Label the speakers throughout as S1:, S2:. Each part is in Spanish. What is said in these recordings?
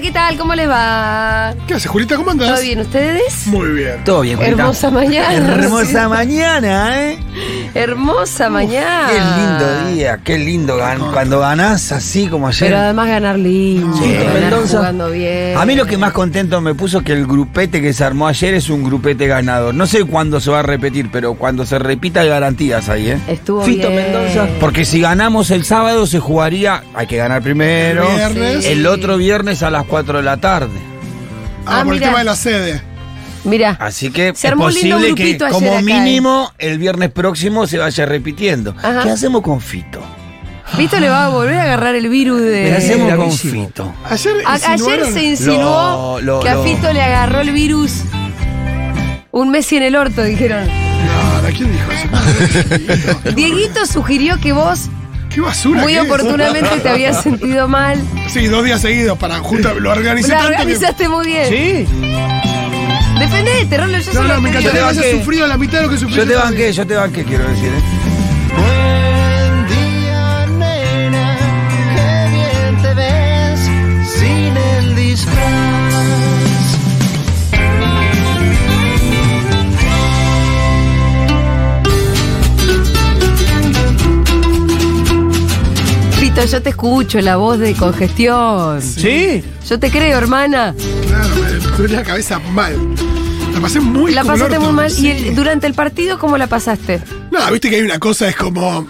S1: ¿qué tal? ¿Cómo les va?
S2: ¿Qué haces, Julita? ¿Cómo andas?
S1: ¿Todo bien ustedes?
S2: Muy bien.
S3: Todo bien, Julieta.
S1: Hermosa mañana.
S3: Hermosa mañana, ¿eh?
S1: Sí. Hermosa mañana.
S3: Qué lindo día, qué lindo gan- cuando ganás así como ayer.
S1: Pero eh, además ganar lindo,
S3: Sí,
S1: ganar
S3: Mendoza.
S1: jugando bien.
S3: A mí lo que más contento me puso es que el grupete que se armó ayer es un grupete ganador. No sé cuándo se va a repetir, pero cuando se repita hay garantías ahí, ¿eh?
S1: Estuvo
S3: Fito
S1: bien.
S3: Mendoza. Porque si ganamos el sábado se jugaría, hay que ganar primero,
S2: El viernes.
S3: el otro viernes a las 4 de la tarde.
S2: Ah,
S1: Ah,
S2: por el
S1: mirá.
S2: tema de la sede.
S1: Mirá,
S3: Así que
S1: Se
S3: es
S1: armó un lindo
S3: posible que
S1: grupito ayer
S3: como
S1: acá, eh.
S3: mínimo el viernes próximo se vaya repitiendo.
S1: Ajá.
S3: ¿Qué hacemos con Fito?
S1: Fito le va a volver a agarrar el virus
S3: ¿Qué
S1: de...
S3: hacemos con
S2: gravísimo.
S3: Fito?
S2: Ayer,
S1: A- ayer
S2: insinuaron-
S1: se insinuó
S3: Lo- lo-
S1: que a
S3: lo-
S1: Fito le agarró el virus un Messi en el orto, dijeron.
S2: No, no, ¿quién dijo eso?
S1: Dieguito sugirió que vos
S2: Qué basura.
S1: muy
S2: que es.
S1: oportunamente te habías sentido mal.
S2: Sí, dos días seguidos para justo lo organizé
S1: La
S2: tanto que-
S1: organizaste muy bien.
S3: Sí,
S1: Defendete, Rolo, yo
S2: No,
S1: soy
S2: no, me
S3: Yo te
S2: encantaría
S3: banqué.
S2: haber sufrido la mitad de lo que sufrí.
S3: yo te
S2: también.
S3: banqué, yo te banqué, quiero decir. ¿eh?
S4: Buen día, nena, qué bien te ves sin el disfraz.
S1: Fito, yo te escucho la voz de congestión.
S3: Sí.
S1: Yo te creo, hermana.
S2: Claro, me duele la cabeza mal. La pasé muy
S1: La
S2: como el
S1: pasaste
S2: orto,
S1: muy mal.
S2: sí.
S1: ¿Y el- durante el partido cómo la pasaste?
S2: No, viste que hay una cosa, es como.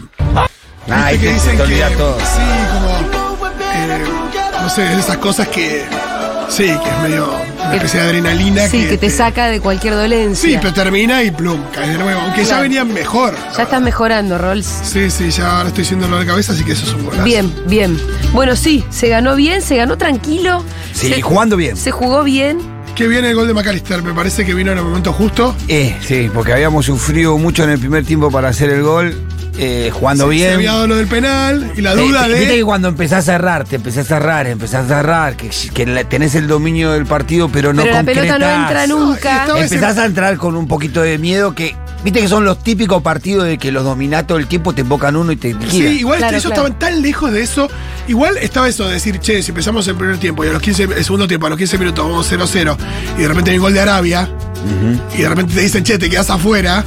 S3: Ay,
S2: viste
S3: te- te olvida todo.
S2: Sí, como. eh, no sé, esas cosas que. Sí, que es medio. Una
S1: Que-
S2: especie de adrenalina.
S1: Sí, que te saca de cualquier dolencia.
S2: Sí, pero termina y plum, caes de nuevo. Aunque ya
S1: Claro.
S2: venían mejor. la
S1: Ya estás
S2: verdad.
S1: mejorando, Rolls.
S2: Sí, sí, ya ahora estoy siendo dolor de cabeza, así que eso es un golazo.
S1: Bien, bien. Bueno, sí, se ganó bien, se ganó tranquilo.
S3: Sí,
S1: se,
S3: jugando bien.
S1: se jugó bien.
S2: Qué bien el gol de McAllister, me parece que vino en el momento justo.
S3: Eh, sí, porque habíamos sufrido mucho en el primer tiempo para hacer el gol, eh, jugando
S2: Se
S3: bien.
S2: había dado lo del penal y la
S3: Eh,
S2: duda
S3: te- Viste que
S2: de.
S3: cuando empezás a errar, te empezás a errar, empezás a errar, que, que la- tenés el dominio del partido, pero no
S1: pero la pelota no
S3: concretás.
S1: entra nunca.
S2: No, y estaba-
S3: Empezás a entrar con un poquito de miedo que. Viste que son los típicos partidos de que los dominás todo el tiempo, te invocan uno y te
S2: Sí,
S3: liquidan.
S2: igual
S1: Claro,
S2: ellos
S1: claro.
S2: estaban tan lejos de eso. Igual estaba eso de decir, che, si empezamos el primer tiempo y a los 15, el segundo tiempo, a los 15 minutos vamos 0-0, y de repente hay un gol de Arabia, y de repente te dicen, che, te quedas afuera.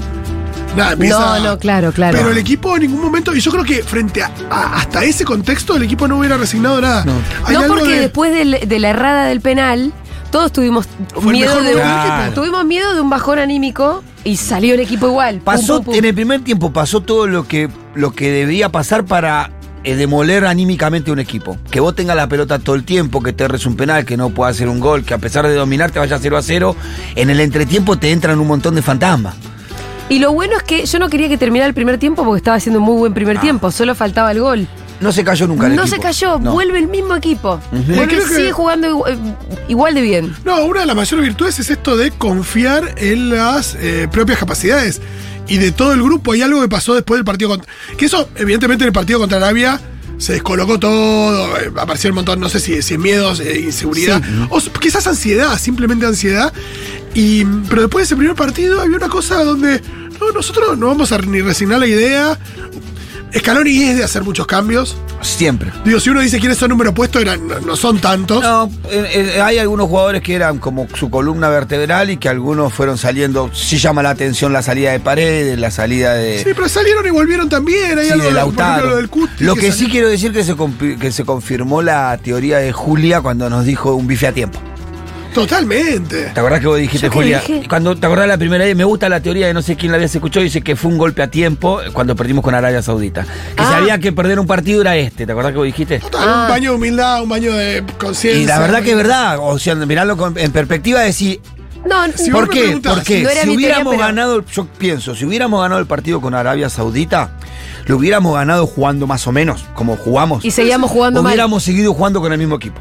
S2: Nada, empieza.
S1: No, no, claro, claro.
S2: Pero el equipo en ningún momento, y yo creo que frente a, a- hasta ese contexto, el equipo no hubiera resignado nada. Hay
S1: No
S2: algo
S1: porque
S2: de-
S1: después del- de la errada del penal, todos tuvimos
S2: el
S1: miedo
S2: mejor
S1: de un,
S3: momento del equipo.
S1: tuvimos miedo de un bajón anímico y salió el equipo igual. Pum,
S3: Pasó,
S1: pum, pum.
S3: en el primer tiempo pasó todo lo que, lo que debía pasar para eh, demoler anímicamente un equipo. Que vos tengas la pelota todo el tiempo, que te erres un penal, que no puedas hacer un gol, que a pesar de dominar te vaya 0 a 0. En el entretiempo te entran un montón de fantasmas.
S1: Y lo bueno es que yo no quería que terminara el primer tiempo porque estaba haciendo un muy buen
S2: Ah.
S1: primer tiempo, solo faltaba el gol.
S3: No se cayó nunca el
S1: No
S3: equipo.
S1: se cayó,
S3: No.
S1: vuelve el mismo equipo. Vuelve,
S2: Creo que-
S1: sigue jugando igu- eh, igual, de bien.
S2: No, una de las mayores virtudes es esto de confiar en las eh, propias capacidades y de todo el grupo. Hay algo que pasó después del partido contra. Que eso, evidentemente, en el partido contra Arabia se descolocó todo, eh, apareció un montón, no sé si, si miedos, eh, inseguridad, o s- quizás ansiedad, simplemente ansiedad. Y, mm, pero después de ese primer partido había una cosa donde no, nosotros no vamos a ni resignar la idea. Scaloni es de hacer muchos cambios.
S3: Siempre.
S2: Digo, si uno dice quiénes son número opuesto, eran, no, no son tantos.
S3: No, eh, eh, hay algunos jugadores que eran como su columna vertebral y que algunos fueron saliendo. Sí llama la atención la salida de paredes, la salida de.
S2: Sí, pero salieron y volvieron también. Hay
S3: Eh, Sí,
S2: algo
S3: de
S2: por
S3: Lautaro.
S2: ejemplo, lo del Cuti.
S3: Lo que sí
S2: salió-
S3: quiero decir que se, compi- que se confirmó la teoría de Julia cuando nos dijo un bife a tiempo.
S2: Totalmente.
S3: ¿Te acordás que vos dijiste,
S1: Yo te
S3: Julia?
S1: dije.
S3: Cuando te acordás la primera vez, me gusta la teoría de no sé quién la había escuchado, dice que fue un golpe a tiempo cuando perdimos con Arabia Saudita. Que
S1: Ah.
S3: si había que perder un partido era este, ¿te acordás que vos dijiste?
S2: Total,
S1: Ah.
S2: Un baño de humildad, un baño de conciencia.
S3: Y la verdad que es verdad, o sea, mirarlo con- en perspectiva decir,
S1: No,
S2: Sí, Si vos
S3: ¿por
S2: me
S3: qué?
S2: preguntás-
S3: Porque
S1: No era
S3: si
S1: mi teoría,
S3: hubiéramos
S1: pero-
S3: ganado, el- yo pienso, si hubiéramos ganado el partido con Arabia Saudita, lo hubiéramos ganado jugando más o menos, como jugamos.
S1: y seguíamos jugando mal.
S3: hubiéramos seguido jugando con el mismo equipo.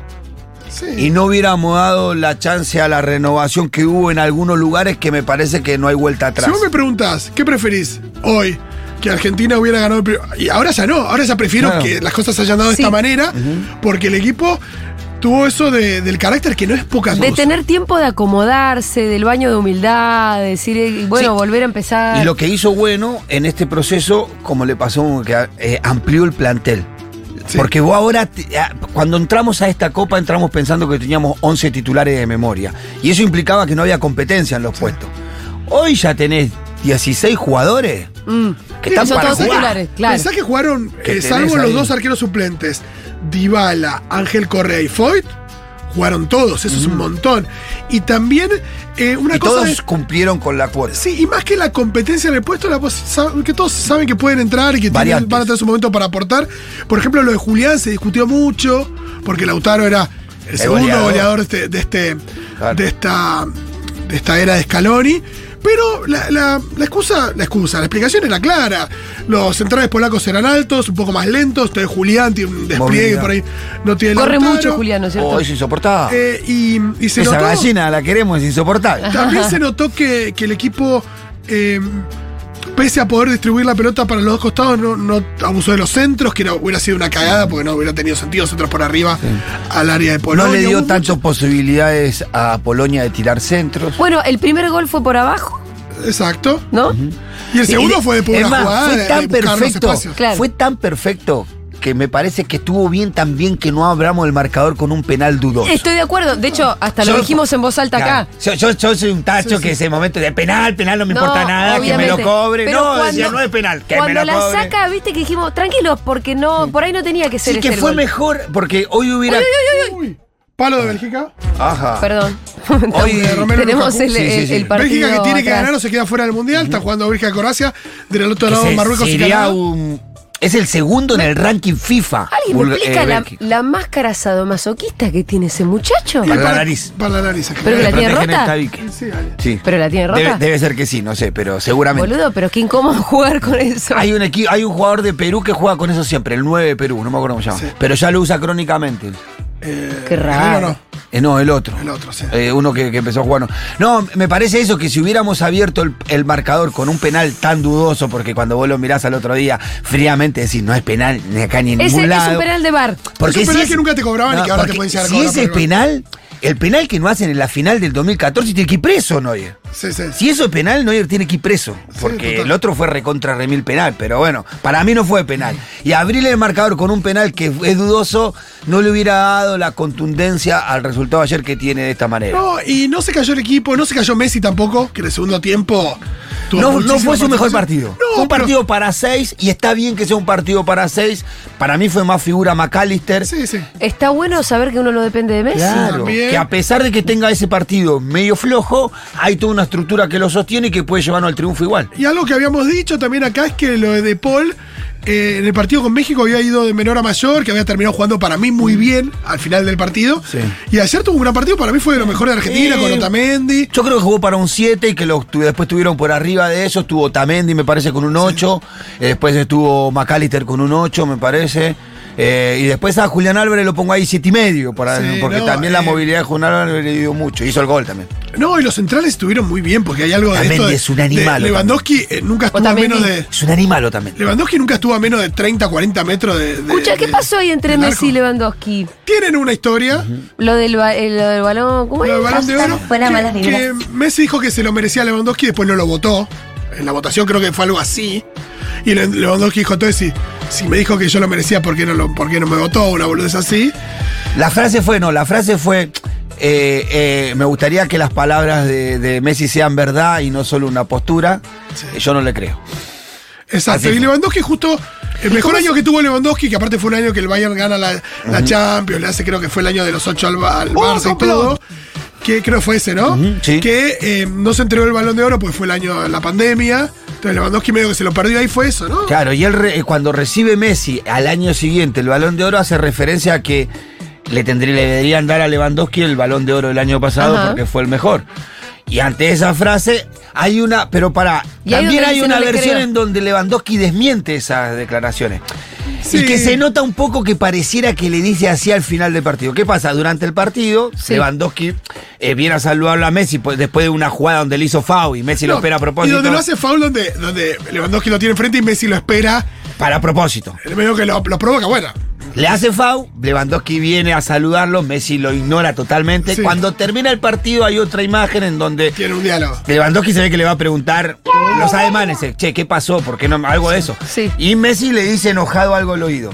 S2: Sí.
S3: y no hubiéramos dado la chance a la renovación que hubo en algunos lugares que me parece que no hay vuelta atrás.
S2: Si vos me preguntás, ¿qué preferís hoy? Que Argentina hubiera ganado el primer- Y ahora ya no, ahora ya prefiero
S3: Claro.
S2: que las cosas se hayan dado de
S1: Sí.
S2: esta manera, porque el equipo tuvo eso de- del carácter que no es poca
S1: De
S2: cosa.
S1: tener tiempo de acomodarse, del baño de humildad, de decir, eh, bueno,
S3: Sí.
S1: volver a empezar.
S3: Y lo que hizo bueno en este proceso, como le pasó, que eh, amplió el plantel.
S2: Sí.
S3: Porque vos ahora, te- ah, cuando entramos a esta copa, entramos pensando que teníamos 11 titulares de memoria. Y eso implicaba que no había competencia en los puestos. Hoy ya tenés 16 jugadores que están
S1: Mm. son
S3: para
S1: todos
S3: jugar.
S1: titulares, claro.
S2: Pensá que jugaron,
S3: Que
S2: eh,
S3: tenés
S2: salvo los
S3: ahí.
S2: dos arqueros suplentes, Dybala, Ángel Correa y Foyt, jugaron todos, eso es un montón. Y también eh, una
S3: Y
S2: cosa...
S3: todos
S2: es-
S3: cumplieron con la cuota.
S2: Sí, y más que la competencia en el puesto, la pos- sa- que todos saben que pueden entrar y que tienen,
S3: Variantes.
S2: van a tener su momento para aportar. Por ejemplo, lo de Julián se discutió mucho, porque Lautaro era el,
S3: El
S2: segundo goleador,
S3: goleador.
S2: de, este, de, este-
S3: Claro.
S2: de esta, de esta era de Scaloni. Pero la, la- la excusa, la excusa, la explicación era clara. Los centrales polacos eran altos, un poco más lentos. Entonces Julián tiene un despliegue
S3: Movilidad.
S2: por ahí. No tiene
S1: Corre
S2: Lautaro.
S1: mucho, Julián, ¿no es cierto?
S3: Oh, es insoportable.
S2: Eh, y, y se
S3: Esa
S2: notó-
S3: gallina la queremos, es insoportable.
S2: también se notó que, que el equipo, eh, pese a poder distribuir la pelota para los dos costados, no, no abusó de los centros, que no, hubiera sido una cagada porque no hubiera tenido sentido centros por arriba al área de Polonia.
S3: No le dio
S2: Hubo
S3: tantas posibilidades a Polonia de tirar centros.
S1: Bueno, el primer gol fue por abajo,
S2: mucho- Exacto.
S1: ¿no?
S2: Y el segundo
S3: de-
S2: fue de pura
S3: es más,
S2: jugada.
S3: Fue
S2: de- eh, de
S3: tan
S2: buscar los
S3: perfecto.
S2: espacios.
S1: Claro.
S3: Fue tan perfecto que me parece que estuvo bien también que no abramos el marcador con un penal dudoso.
S1: Estoy de acuerdo. De hecho, hasta lo
S3: Yo-
S1: dijimos en voz alta acá.
S3: Claro. Yo, yo- yo soy un tacho que ese momento de penal, penal no me importa
S1: No,
S3: nada, que me
S1: obviamente.
S3: lo cobre.
S1: Pero
S3: no,
S1: cuando-
S3: decía, no es penal, que me
S1: cuando
S3: lo
S1: la
S3: cobre.
S1: saca, viste que dijimos, tranquilos, porque no, por ahí no tenía que ser
S3: sí que
S1: ese el
S3: fue
S1: gol.
S3: mejor, porque hoy hubiera.
S2: Uy, palo de Bélgica.
S3: Ajá.
S1: Perdón.
S3: Hoy,
S1: Entonces,
S2: Romero
S1: tenemos
S2: Lukaku.
S1: el,
S3: Sí, sí,
S1: el-
S3: sí.
S1: el partido.
S2: Bélgica que tiene que
S1: atrás.
S2: ganar o se queda fuera del Mundial. Está jugando Bélgica con Croacia. Del otro
S3: que
S2: lado,
S3: se-
S2: Marruecos y
S3: sería
S2: Canadá.
S3: un- Es el segundo en el ranking FIFA.
S1: ¿Alguien me
S3: Bulga-
S1: explica
S3: eh,
S1: la,
S3: Bélgica.
S1: la máscara sadomasoquista que tiene ese muchacho?
S2: Y
S3: Para la nariz.
S2: Para la nariz.
S1: Pero que la tiene
S3: Protegen el
S1: rota.
S3: tabique.
S2: Sí, dale.
S3: Sí.
S1: ¿Pero la tiene rota?
S3: Debe, debe ser que sí, no sé, pero seguramente.
S1: Boludo, pero qué incómodo jugar con eso.
S3: Hay un, equi- hay un jugador de Perú que juega con eso siempre, el 9 de Perú, no me acuerdo cómo se llama.
S2: Sí.
S3: Pero ya lo usa crónicamente.
S2: Eh,
S1: Qué raro.
S2: no, no.
S3: Eh, no, el otro.
S2: El otro, sí.
S3: Eh, uno que, que empezó a jugar. No, No, me parece eso, que si hubiéramos abierto el, el marcador con un penal tan dudoso, porque cuando vos lo mirás al otro día, fríamente decís, no es penal ni acá ni en
S1: Ese
S3: ningún
S1: es
S3: lado.
S1: un penal de bar.
S2: Es un
S3: si
S2: penal que nunca te cobraban y que ahora te
S3: porque
S2: pueden llegar a
S3: Si
S2: cobrar
S3: ese
S2: por el
S3: penal, el penal que no hacen en la final del 2014, tiene que ir preso, Neuer.
S2: Sí, sí.
S3: Si eso es penal, Neuer tiene que ir preso. Porque
S2: total.
S3: el otro fue recontra remil penal. Pero bueno, para mí no fue penal. Y abrirle el marcador con un penal que es dudoso, no le hubiera dado la contundencia al resultado ayer que tiene de esta manera. No,
S2: No, y no se cayó el equipo, no se cayó Messi tampoco, que en el segundo tiempo. tuvo
S3: no
S2: muchísima
S3: fue su mejor
S2: participación.
S3: partido.
S2: No,
S3: fue un
S2: pero-
S3: partido para seis y está bien que sea un partido para seis. Para mí fue más figura McAllister.
S2: Sí, sí.
S1: Está bueno saber que uno no depende de Messi.
S3: Claro,
S2: también.
S3: que a pesar de que tenga ese partido medio flojo, hay toda una estructura que lo sostiene y que puede llevarnos al triunfo igual.
S2: Y algo que habíamos dicho también acá es que lo de De Paul. eh, en el partido con México había ido de menor a mayor, que había terminado jugando para mí muy bien al final del partido.
S3: Mm. Sí.
S2: Y ayer tuvo un gran partido, para mí fue de lo mejor de Argentina,
S3: Sí.
S2: con Otamendi.
S3: Yo creo que jugó para un 7 y que los tu- después tuvieron por arriba de eso. Estuvo Tamendi, me parece, con un 8. Después estuvo McAllister con un 8, me parece. Eh, y después a Julián Álvarez lo pongo ahí 7 y medio, para-
S2: Sí,
S3: porque
S2: no,
S3: también
S2: eh.
S3: la movilidad de Julián Álvarez le dio mucho. Hizo el gol también.
S2: No, y los centrales estuvieron muy bien, porque hay algo de
S3: Otamendi
S2: esto de-
S3: es un animal,
S2: de Lewandowski eh, nunca estuvo a
S1: Otamendi.
S2: menos de.
S3: Es un animalo también.
S2: Lewandowski nunca estuvo a menos de 30, 40 metros de. de-
S1: Escucha, ¿qué
S2: de-
S1: pasó ahí entre
S2: del
S1: Messi y
S2: arco.
S1: Lewandowski?
S2: Tienen una historia.
S1: Lo del, ba- eh, lo del balón. ¿Cómo
S2: Lo
S1: es?
S2: del Balón de Oro,
S5: Fue la
S2: que-
S5: malas vibras.
S2: que Messi dijo que se lo merecía Lewandowski y después no lo votó. En la votación creo que fue algo así. Y Le- Lewandowski dijo entonces si, si me dijo que yo lo merecía, ¿por qué no, lo, por qué no me votó? Una boludez así.
S3: La frase fue, no, la frase fue. eh, eh, me gustaría que las palabras de, de Messi sean verdad y no solo una postura. Eh, Yo no le creo.
S2: Exacto.
S3: Así
S2: y
S3: fue.
S2: Lewandowski justo. El mejor año que tuvo Lewandowski, que aparte fue un año que el Bayern gana la, la Champions, le hace creo que fue el año de los ocho al, Ba- al Barça y todo. Que creo fue ese, ¿no?
S3: ¡Oh, Ujú, sí.
S2: Que eh, no se entregó el balón de oro porque fue el año de la pandemia. Entonces Lewandowski medio que se lo perdió ahí fue eso, ¿no?
S3: Claro, y él re- eh, cuando recibe Messi al año siguiente el balón de oro hace referencia a que le, tendría, le deberían dar a Lewandowski el balón de oro del año pasado
S1: Ajá.
S3: porque fue el mejor. Y ante esa frase hay una, pero para,
S1: Y ahí
S3: también
S1: donde
S3: hay
S1: dice,
S3: una
S1: "No le
S3: versión
S1: creo".
S3: en donde Lewandowski desmiente esas declaraciones.
S2: Sí.
S3: Y que se nota un poco que pareciera que le dice así al final del partido. ¿Qué pasa? Durante el partido,
S1: Sí.
S3: Lewandowski eh, viene a saludarlo a Messi pues, después de una jugada donde le hizo foul y Messi
S2: No,
S3: lo espera a
S2: Y
S3: propósito.
S2: donde lo hace foul, donde, donde Lewandowski lo tiene enfrente y Messi lo espera.
S3: Para propósito.
S2: El medio que lo, lo provoca, bueno.
S3: Le hace FAU, Lewandowski viene a saludarlo, Messi lo ignora totalmente.
S2: Sí.
S3: Cuando termina el partido hay otra imagen en donde
S2: Tiene un diálogo.
S3: Lewandowski se ve que le va a preguntar los alemanes, eh, che, ¿qué pasó? ¿Por qué no? Algo de eso.
S1: Sí.
S3: Y Messi le dice enojado algo al oído.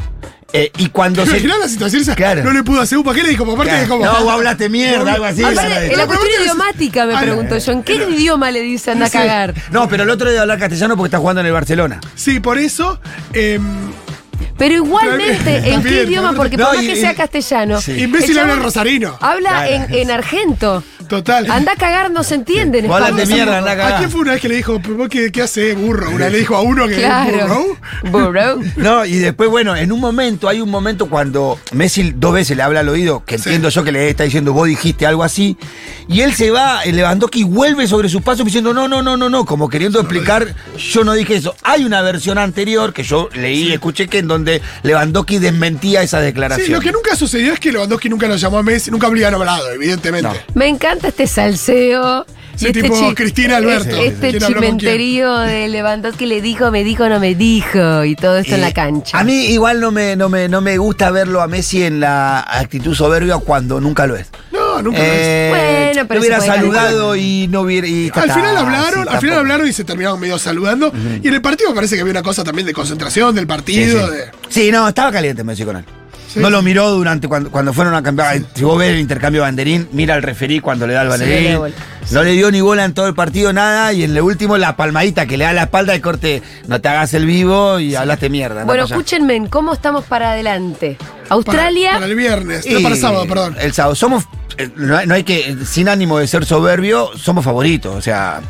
S3: Eh, y cuando
S2: Pero
S3: se.
S2: mirá la situación esa.
S3: Claro.
S2: No le pudo hacer upa. ¿Qué le dijo? Como Aparte es
S3: Claro.
S2: como.
S3: No, vos hablaste mierda, algo así.
S2: Aparte,
S3: ¿sabes?
S1: Aparte, en la cuestión
S2: Pero aparte es-
S1: idiomática me
S2: Ah,
S1: pregunto yo. ¿En qué idioma le dice anda a
S2: Sí.
S1: cagar?
S3: No, pero el otro debe hablar castellano porque está jugando en el Barcelona.
S2: Sí, por eso. eh,
S1: Pero igualmente, ¿en qué
S2: También,
S1: idioma?
S2: aparte-
S1: Porque
S3: No,
S1: por más
S3: y-
S1: que
S3: y-
S1: sea castellano.
S3: Sí.
S2: imbécil
S1: El
S2: habla en
S1: chabón
S2: rosarino.
S1: Habla
S3: Claro.
S1: en, en argento.
S2: Total.
S1: Anda a cagar, no se entiende. en
S3: Vos hablas de
S1: España.
S3: mierda, anda a
S2: ¿A quién
S3: cagar.
S2: fue una vez que le dijo, "Pero vos qué, qué hace burro? Una le dijo a uno que es
S1: Claro.
S2: burro.
S1: Burro.
S3: No, y después, bueno, en un momento, hay un momento cuando Messi dos veces le habla al oído, que entiendo yo que le está diciendo, vos dijiste algo así, y él se va, el Lewandowski vuelve sobre sus pasos diciendo, no, no, no, no, no, como queriendo explicar, yo no dije eso. Hay una versión anterior que yo leí y escuché que en donde Lewandowski desmentía esa declaración.
S2: Sí, lo que nunca sucedió es que Lewandowski nunca lo llamó a Messi, nunca habría nombrado, evidentemente.
S3: No.
S1: Me encanta este salseo.
S2: Sí,
S1: y este
S2: tipo
S1: chi-
S2: Cristina Alberto.
S1: este- Este,
S2: ¿Quién habló con
S1: chimenterío de Lewandowski le dijo, me dijo, no me dijo. Y todo esto en
S3: Eh,
S1: la cancha.
S3: A mí igual no me, no, me, no me gusta verlo a Messi en la actitud soberbia cuando nunca lo es.
S2: No, nunca lo hizo.
S3: Eh,
S1: Bueno, pero
S3: lo
S1: se
S3: hubiera
S1: puede
S3: saludado y no hubiera... y
S2: Al
S3: ta,
S2: final
S3: ta,
S2: hablaron,
S3: sí,
S2: al final
S3: tampoco.
S2: hablaron y se terminaron medio saludando. Y en el partido me parece que había una cosa también de concentración del
S3: Sí,
S2: partido. de-
S3: sí. Sí, no, estaba caliente Messi con él. No lo miró durante cuando, cuando fueron a cambiar. Si vos ves el intercambio de banderín, mira al referí cuando le da el
S1: Sí,
S3: banderín.
S1: le da bola.
S3: no le dio ni bola en todo el partido, nada. Y en el último, la palmadita que le da a la espalda de corte, no te hagas el vivo y hablaste mierda. anda
S1: Bueno,
S3: para allá.
S1: escúchenme, ¿en ¿cómo estamos para adelante?
S2: Para-
S1: Australia.
S2: Para, el viernes, no,
S3: Y-
S2: para el sábado, perdón.
S3: El sábado. Somos. eh, No hay, no hay que. Sin ánimo de ser soberbio, somos favoritos. O sea.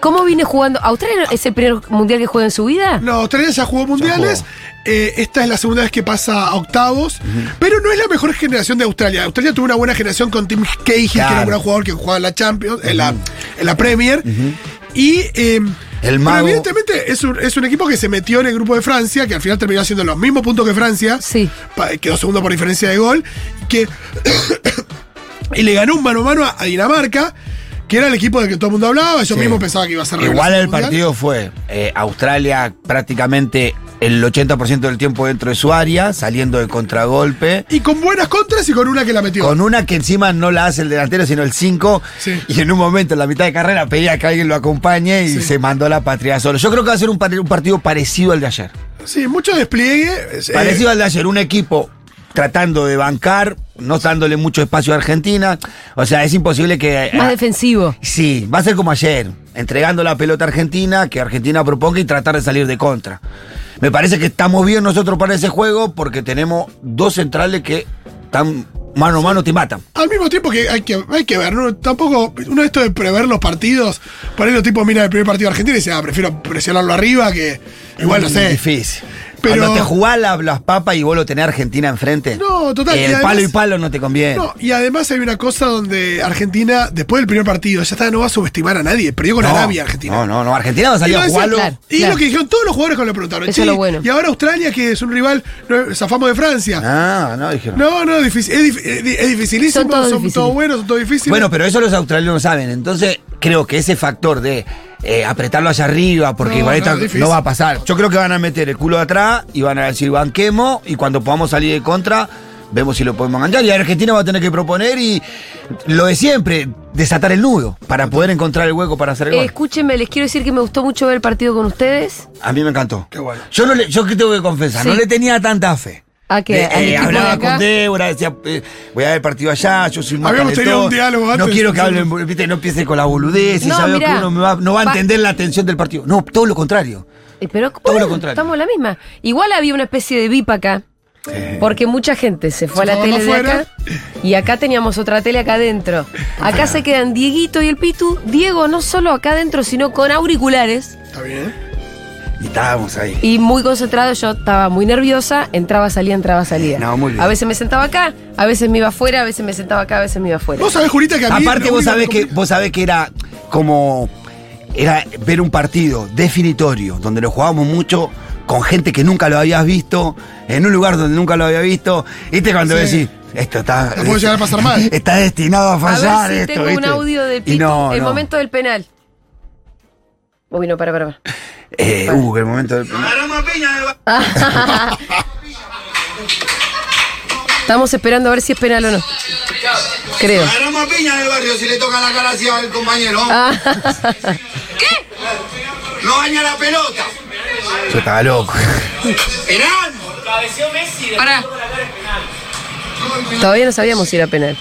S1: ¿Cómo viene jugando? ¿Australia es el primer mundial que juega en su vida?
S2: No, Australia ya jugó mundiales. eh, esta es la segunda vez que pasa a octavos. Pero no es la mejor generación de Australia. Australia tuvo una buena generación con Tim Cahill, que era
S3: Claro.
S2: un gran jugador que jugaba en la Champions, en, la, en la Premier. Y. eh,
S3: El
S2: pero
S3: mago-
S2: evidentemente es un, es un equipo que se metió en el grupo de Francia, que al final terminó haciendo los mismos puntos que Francia.
S1: Sí.
S2: Pa- Quedó segundo por diferencia de gol. Que y le ganó un mano a mano a, a Dinamarca, que era el equipo del que todo el mundo hablaba. Yo
S3: Sí.
S2: mismo pensaba que iba a ser
S3: Igual
S2: revelación
S3: el
S2: mundial.
S3: partido fue eh, Australia prácticamente el 80% del tiempo dentro de su área, saliendo de contragolpe.
S2: Y con buenas contras y con una que la metió.
S3: Con una que encima no la hace el delantero, sino el 5.
S2: Sí.
S3: Y en un momento, en la mitad de carrera, pedía que alguien lo acompañe y
S2: Sí.
S3: se mandó la patria solo. Yo creo que va a ser un, par- un partido parecido al de ayer.
S2: Sí, mucho despliegue. eh,
S3: Parecido al de ayer, un equipo tratando de bancar, no dándole mucho espacio a Argentina. O sea, es imposible que...
S1: Más
S3: ah,
S1: defensivo.
S3: Sí, va a ser como ayer, entregando la pelota a Argentina, que Argentina proponga y tratar de salir de contra. Me parece que estamos bien nosotros para ese juego porque tenemos dos centrales que están mano a mano, te matan.
S2: Al mismo tiempo que hay que, hay que ver, ¿no? Tampoco, uno de esto de prever los partidos, por ahí los tipos miran el primer partido de Argentina y dicen, ah, prefiero presionarlo arriba que. Igual no sé.
S3: Es Mm, difícil.
S2: Pero-
S3: Cuando te jugás la- las papas y vos lo tenés a Argentina enfrente.
S2: No, total, y
S3: El
S2: además-
S3: palo y palo no te conviene.
S2: No, y además hay una cosa donde Argentina, después del primer partido, ya está, no va a subestimar a nadie. Perdió con
S3: No,
S2: Arabia, Argentina.
S3: No, no, no. Argentina va a
S2: Y,
S3: salir
S2: lo
S3: a
S2: decía-
S3: jugarlo.
S1: Claro.
S2: y lo que dijeron todos los jugadores cuando le preguntaron.
S1: Eso es
S2: "Che,
S1: lo bueno".
S2: Y ahora Australia, que es un rival, no, zafamos de Francia.
S3: Ah, no, dijeron.
S2: No, no, difícil, es, dif- es di- es dificilísimo,
S1: Son todos difíciles.
S2: todos buenos, son todos difíciles.
S3: Bueno, pero eso los australianos saben. Entonces, creo que ese factor de eh, apretarlo hacia arriba, porque
S2: No,
S3: igual
S2: no,
S3: esto no,
S2: difícil.
S3: va a pasar. Yo creo que van a meter el culo de atrás y van a decir banquemos y cuando podamos salir de contra, vemos si lo podemos enganchar. Y Argentina va a tener que proponer y lo de siempre, desatar el nudo para poder encontrar el hueco para hacer el
S1: Eh,
S3: gol.
S1: escúchenme, les quiero decir que me gustó mucho ver el partido con ustedes.
S3: A mí me encantó.
S2: Qué bueno.
S3: Yo, no le, yo que tengo que confesar,
S1: Sí.
S3: no le tenía tanta fe.
S1: ¿A qué?
S3: De-
S1: ¿Al
S3: eh,
S1: equipo de
S3: hablaba
S1: acá?
S3: con Débora, decía, eh, voy a ver el partido allá, yo soy más
S2: Habíamos tenido
S3: calentón,
S2: un diálogo
S3: No
S2: antes.
S3: quiero que hablen, viste, no empiece con la boludez y
S1: No,
S3: sabe que
S1: mirá,
S3: uno me va- no va a
S1: pa-
S3: entender la atención del partido. No, todo lo contrario.
S1: Eh, Pero
S3: lo
S1: bueno,
S3: contrario.
S1: estamos en la misma. Igual había una especie de VIP acá. Porque mucha gente se fue
S2: Se
S1: a la
S2: fue
S1: tele de
S2: afuera.
S1: acá y acá teníamos otra tele acá adentro. Acá se quedan Dieguito y el Pitu. Diego no solo acá adentro, sino con auriculares
S2: Está bien.
S3: Y estábamos ahí.
S1: y muy concentrado. Yo estaba muy nerviosa, entraba, salía, entraba, salía.
S3: No, muy bien.
S1: A veces me sentaba acá, a veces me iba afuera, a veces me sentaba acá, a veces me iba afuera.
S2: Vos sabés, Julita, que a mí.
S3: Aparte
S2: lo
S3: vos
S2: único
S3: sabés que
S2: me-
S3: vos sabés que era como era ver un partido definitorio donde lo jugábamos mucho con gente que nunca lo habías visto, en un lugar donde nunca lo había visto. ¿Viste cuando
S2: Sí.
S3: decís, esto está
S2: La puedo llegar a pasar mal.
S3: Está destinado a fallar
S1: a ver si
S3: esto,
S1: tengo un
S3: ¿viste?
S1: audio del
S3: Y
S1: Pitu,
S3: no,
S1: el
S3: no.
S1: momento del penal. Uy, no, para, para, para.
S3: Eh, uh, el momento del
S1: Estamos esperando a ver si es penal o no. Creo.
S5: Agarramos a piña del barrio si le toca la cara hacia el compañero.
S1: Ah,
S5: No daña la pelota.
S3: Yo estaba loco.
S5: Penal.
S6: Padeció Messi de
S1: Pará.
S6: que toca la cara es penal.
S1: Todavía no sabíamos si era penal.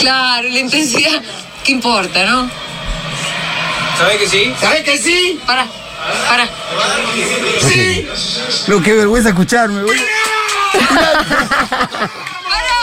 S7: Claro, la intensidad, ¿qué importa, no?
S6: ¿Sabés que sí?
S5: ¿Sabes que sí?
S7: Pará, pará.
S5: ¡Sí!
S3: No, qué vergüenza escucharme, güey.
S7: Pará, pará,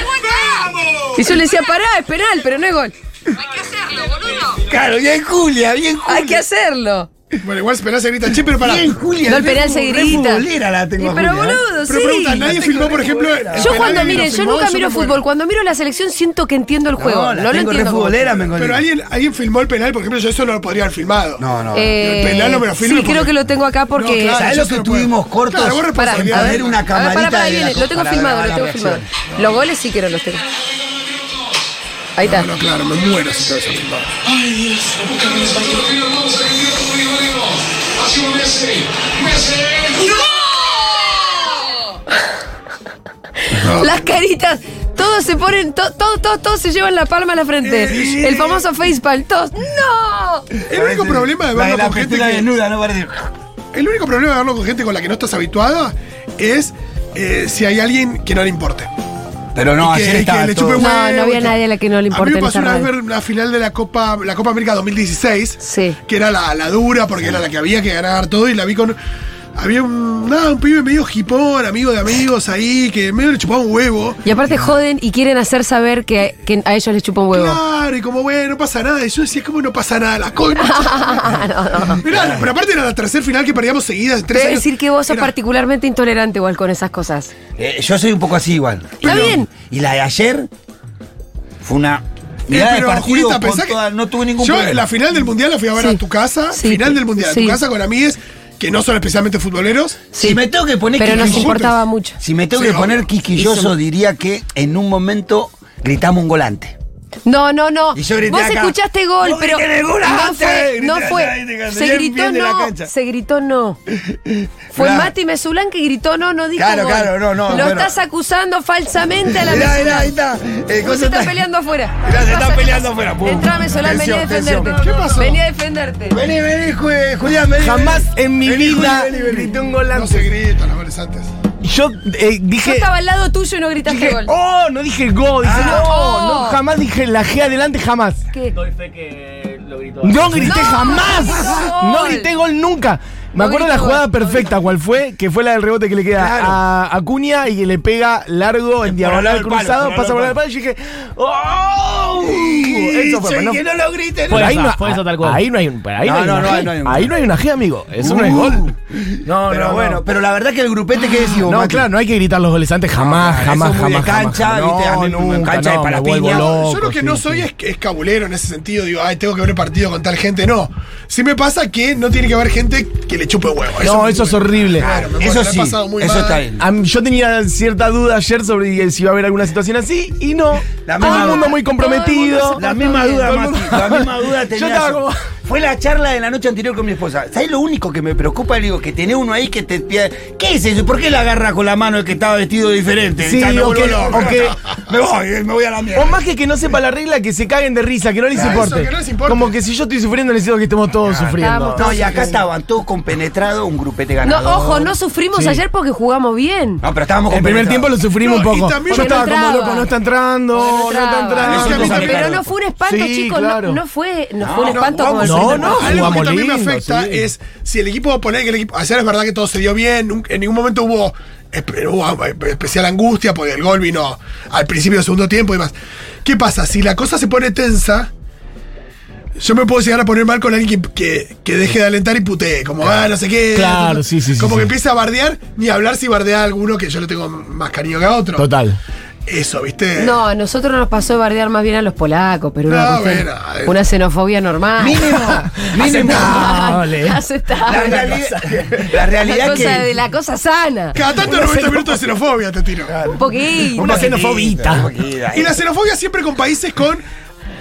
S7: igual pará.
S1: Y yo le decía, pará, es penal, pero no es gol.
S7: Hay que hacerlo, boludo.
S3: Claro, bien Julia, bien Julia.
S1: Hay que hacerlo.
S2: Bueno, igual si penal se grita, che, pero pará.
S3: Bien Julia.
S1: No, el penal se
S3: re
S1: grita.
S3: futbolera la tengo
S1: Y
S3: a
S1: pero
S3: Julia, ¿eh?
S1: boludo,
S2: Pero
S1: sí.
S2: pregunta, nadie filmó, por ejemplo. el
S1: Yo
S2: penal
S1: cuando,
S2: y lo
S1: miren, yo
S2: filmó?
S1: nunca
S2: Yo
S1: miro
S2: no puedo.
S1: fútbol. Cuando miro la selección siento que entiendo el juego. No,
S3: No, la
S1: lo
S3: tengo re
S1: entiendo. cómo-
S3: futbolera, me
S2: Pero
S3: encontré.
S2: alguien, alguien filmó el penal, por ejemplo, yo eso no lo podría haber filmado.
S3: No, no.
S1: Eh,
S2: El penal no me lo filmo
S1: Sí, creo
S2: porque-
S1: que lo tengo acá porque...
S2: No, claro,
S3: ¿Sabés
S2: yo
S3: lo que
S2: se puedo.
S3: estuvimos cortos?
S2: Claro, vos
S1: Pará,
S3: Poner
S2: responsabilidad.
S3: una
S1: a ver,
S3: camarita
S1: pará, pará,
S3: de la
S1: viene. Lo tengo
S3: copa para
S1: filmado,
S3: grabar
S1: lo tengo
S3: la
S1: filmado.
S3: reacción.
S1: Los goles sí que no los tengo. Ahí está.
S2: No, no, claro, me muero si todo eso filmado. Ah.
S1: Las caritas, todos se ponen, to- todos, todos, todos se llevan la palma a la frente.
S2: Eh.
S1: El famoso facepalm, todos. ¡No!
S2: El único problema de
S3: La
S2: verlo
S3: la
S2: con gente
S3: Argentina
S2: que-
S3: desnuda, no parece.
S2: El único problema de verlo con gente con la que no estás habituada es eh, si hay alguien que no le importe.
S3: Pero no,
S2: Y que-
S3: ayer
S2: y que
S3: estaba
S2: le
S3: todo-
S2: chupe un
S1: No,
S2: huevo y
S1: no había
S2: todo.
S1: nadie a la que no le importe
S2: A mí me
S1: en
S2: pasó
S1: esta
S2: una vez
S1: radio.
S2: ver la final de la Copa, la Copa América 2016,
S1: Sí.
S2: que era la, la dura, porque era la que había que ganar todo, y la vi con... Había un, nada, un pibe medio hipón, amigo de amigos ahí, que medio le chupaba un huevo.
S1: Y aparte joden y quieren hacer saber que, que a ellos les chupa un huevo.
S2: Claro, y como, bueno, no pasa nada. Y yo decía, ¿cómo no pasa nada? La concha. Mirá, pero aparte era la tercer final que perdíamos seguidas en tres
S1: Debe
S2: años.
S1: decir que vos sos
S2: Era-
S1: particularmente intolerante igual con esas cosas.
S3: Eh, yo soy un poco así igual.
S1: Está bien.
S3: Y la de ayer fue una.
S2: Eh,
S3: Mirada de
S2: pero,
S3: partido
S2: Julita,
S3: con
S2: pensá que-
S3: toda- no tuve ningún
S2: Yo,
S3: problema.
S2: la final del mundial la fui a ver
S1: Sí.
S2: a tu casa.
S1: Sí.
S2: Final del mundial,
S1: Sí.
S2: a tu casa con amigues que no son especialmente futboleros.
S3: Si me tengo que poner
S1: Pero nos
S3: quisquilloso-
S1: importaba mucho.
S3: Si me tengo
S2: Sí,
S3: que poner
S2: obvio.
S3: quisquilloso, diría que en un momento gritamos un golante.
S1: No, no, no.
S3: Y yo grité
S1: Vos
S3: acá,
S1: escuchaste gol,
S3: "No
S1: pero.
S3: griten el gol
S1: No
S3: antes",
S1: fue.
S3: grité
S1: No
S3: allá,
S1: fue.
S3: grité cuando
S1: Se
S3: ya
S1: gritó
S3: viene la
S1: no.
S3: cancha.
S1: Se gritó no. Fue
S3: Mirá.
S1: Mati Mesulán que gritó no, no dijo.
S3: Claro,
S1: gol.
S3: claro, no, no,
S1: Lo
S3: bueno.
S1: estás acusando falsamente a la
S3: Mirá, mirá,
S1: Mesulán.
S3: ahí está. Eh,
S1: Vos
S3: cosa
S1: se está
S3: está-
S1: peleando afuera.
S3: Mirá, se
S1: ¿Qué
S3: está
S1: pasa?
S3: peleando
S1: ¿Qué pasa?
S3: afuera, pum.
S1: Entrá, Mesulán, vení a
S3: Tensión,
S1: defenderte.
S3: tensión.
S2: ¿Qué pasó?
S1: Vení a defenderte.
S3: Vení, vení, Ju- Julián, vení.
S8: Jamás
S3: vení.
S8: en mi
S3: Vení,
S8: vida
S3: Juli, vení, vení.
S8: grité un gol
S2: No
S8: antes.
S2: se gritan las goles antes.
S8: Yo eh,
S1: Yo
S8: dije.
S1: estaba al lado tuyo y no gritaste
S8: dije,
S1: gol.
S8: oh, no dije gol. Dije,
S1: Ah.
S8: no,
S1: No.
S8: no, jamás dije la G adelante, jamás.
S1: ¿Qué?
S6: Doy fe que lo gritó.
S8: No grité
S1: No,
S8: jamás.
S1: no grité gol.
S8: No grité Este gol nunca. Me
S1: No
S8: acuerdo
S1: grité
S8: la
S1: gol,
S8: jugada
S1: no
S8: perfecta, ¿cuál fue? Que fue la del rebote que le queda a Acuña y que le pega largo en
S3: al lado
S8: diagonal
S3: del palo,
S8: cruzado,
S3: por al
S8: pasa por
S3: lado
S8: el palo y yo dije, ¡Oh! Eso fue, pero no.
S3: que no lo griten.
S8: Pero
S6: Fue
S8: ahí
S6: esa,
S8: no,
S6: fue esa tal cual.
S8: Ahí no hay un. Ahí
S3: No,
S8: no, hay
S3: no,
S8: una
S3: no
S8: G.
S3: hay- no hay una.
S8: Ahí no hay una G, amigo. Eso no es
S3: Uh.
S8: gol. No,
S3: pero
S8: no,
S3: bueno,
S8: no.
S3: pero la verdad que el grupete que decimos.
S8: No,
S3: Mati?
S8: claro, no hay que gritar los goles antes, jamás,
S3: claro,
S8: jamás,
S3: eso es muy
S8: jamás.
S3: de cancha,
S8: jamás.
S3: viste, a mí
S8: no,
S3: me-
S8: nunca,
S3: cancha de
S8: no, me
S3: palapiña.
S8: vuelvo
S2: yo
S8: loco,
S2: lo que
S8: sí,
S2: no
S8: sí.
S2: soy es, es cabulero en ese sentido. Digo, ay, tengo que ver partido con tal gente. No. Sí me pasa que no tiene que haber gente que le chupe huevo.
S8: No,
S2: me-
S8: eso es horrible.
S2: Claro, me
S3: Eso
S2: acuerdo, la he
S3: sí,
S2: pasado muy
S3: eso
S2: mal.
S3: está bien.
S8: A mí- yo tenía cierta duda ayer sobre si iba a haber alguna situación así y no.
S3: La misma
S8: todo el mundo
S3: duda.
S8: muy
S1: Todo el
S8: comprometido.
S1: mundo
S3: La misma duda,
S8: Todo el
S3: Mati,
S8: mundo-
S3: la misma duda tenía.
S8: Yo estaba como.
S3: Fue la charla de la noche anterior con mi esposa. ¿Sabes lo único que me preocupa? Le digo, que tenés uno ahí que te pide. ¿Qué es eso? ¿Por qué la agarra con la mano el que estaba vestido diferente?
S8: Sí,
S3: Ya me
S8: o
S3: vuelvo
S8: que-
S3: loco.
S8: o que-
S3: Me voy, eh, me voy a la mierda.
S8: O más que que no sepa la regla, que se caguen de risa, que no les
S2: Claro, eso,
S8: importe.
S2: que no les importe.
S8: Como que si yo estoy sufriendo, necesito que estemos todos sufriendo.
S1: Estábamos
S3: No, y acá estaban todos compenetrados, un grupete
S1: No,
S3: ganador.
S1: ojo, no sufrimos ayer porque jugamos bien.
S3: No, pero estábamos
S8: El primer
S3: compenetrados.
S8: tiempo lo sufrimos
S2: No,
S8: un
S2: y
S8: poco.
S2: también-
S8: Yo
S1: Porque no
S8: estaba como
S1: entraba.
S8: loco, no está entrando,
S1: Porque
S8: no,
S1: no
S8: está
S1: entraba.
S8: entrando.
S2: Nosotros
S8: Nosotros
S1: Pero
S2: sacaron.
S1: no fue un espanto,
S8: Sí,
S1: chicos.
S8: claro.
S1: No, no fue, no, fue un
S3: no,
S1: espanto como el
S8: jugamos
S1: primer
S8: no,
S1: partido.
S2: Algo que
S8: jugamos
S2: también me
S8: lindo,
S2: afecta
S8: sí.
S2: es si el equipo poner que el equipo. Ayer es verdad que todo se dio bien, nun- en ningún momento hubo, espe- hubo, eh, especial angustia porque el gol vino al principio del segundo tiempo y demás. ¿Qué pasa? Si la cosa se pone tensa, yo me puedo llegar a poner mal con alguien que, que- que deje de alentar y putee, como, ah, no sé qué.
S8: Claro, sí, sí, sí,
S2: Como
S8: sí.
S2: que empieza a bardear, ni hablar si bardea a alguno que yo le tengo más cariño que a otro.
S8: Total.
S2: Eso, ¿viste?
S1: No, a nosotros nos pasó de bardear más bien a los polacos, pero una,
S2: No,
S1: cuestión-
S2: bueno, a ver.
S1: una xenofobia normal.
S3: Mínimo, mínimo.
S8: Aceptable.
S1: Aceptable.
S3: La realidad, la realidad
S1: la cosa,
S3: que.
S1: de la cosa sana.
S2: Cada tanto 90 minutos de xenofobia te tiro.
S1: Un poquito.
S8: Una xenofobita.
S2: Y la xenofobia siempre con países con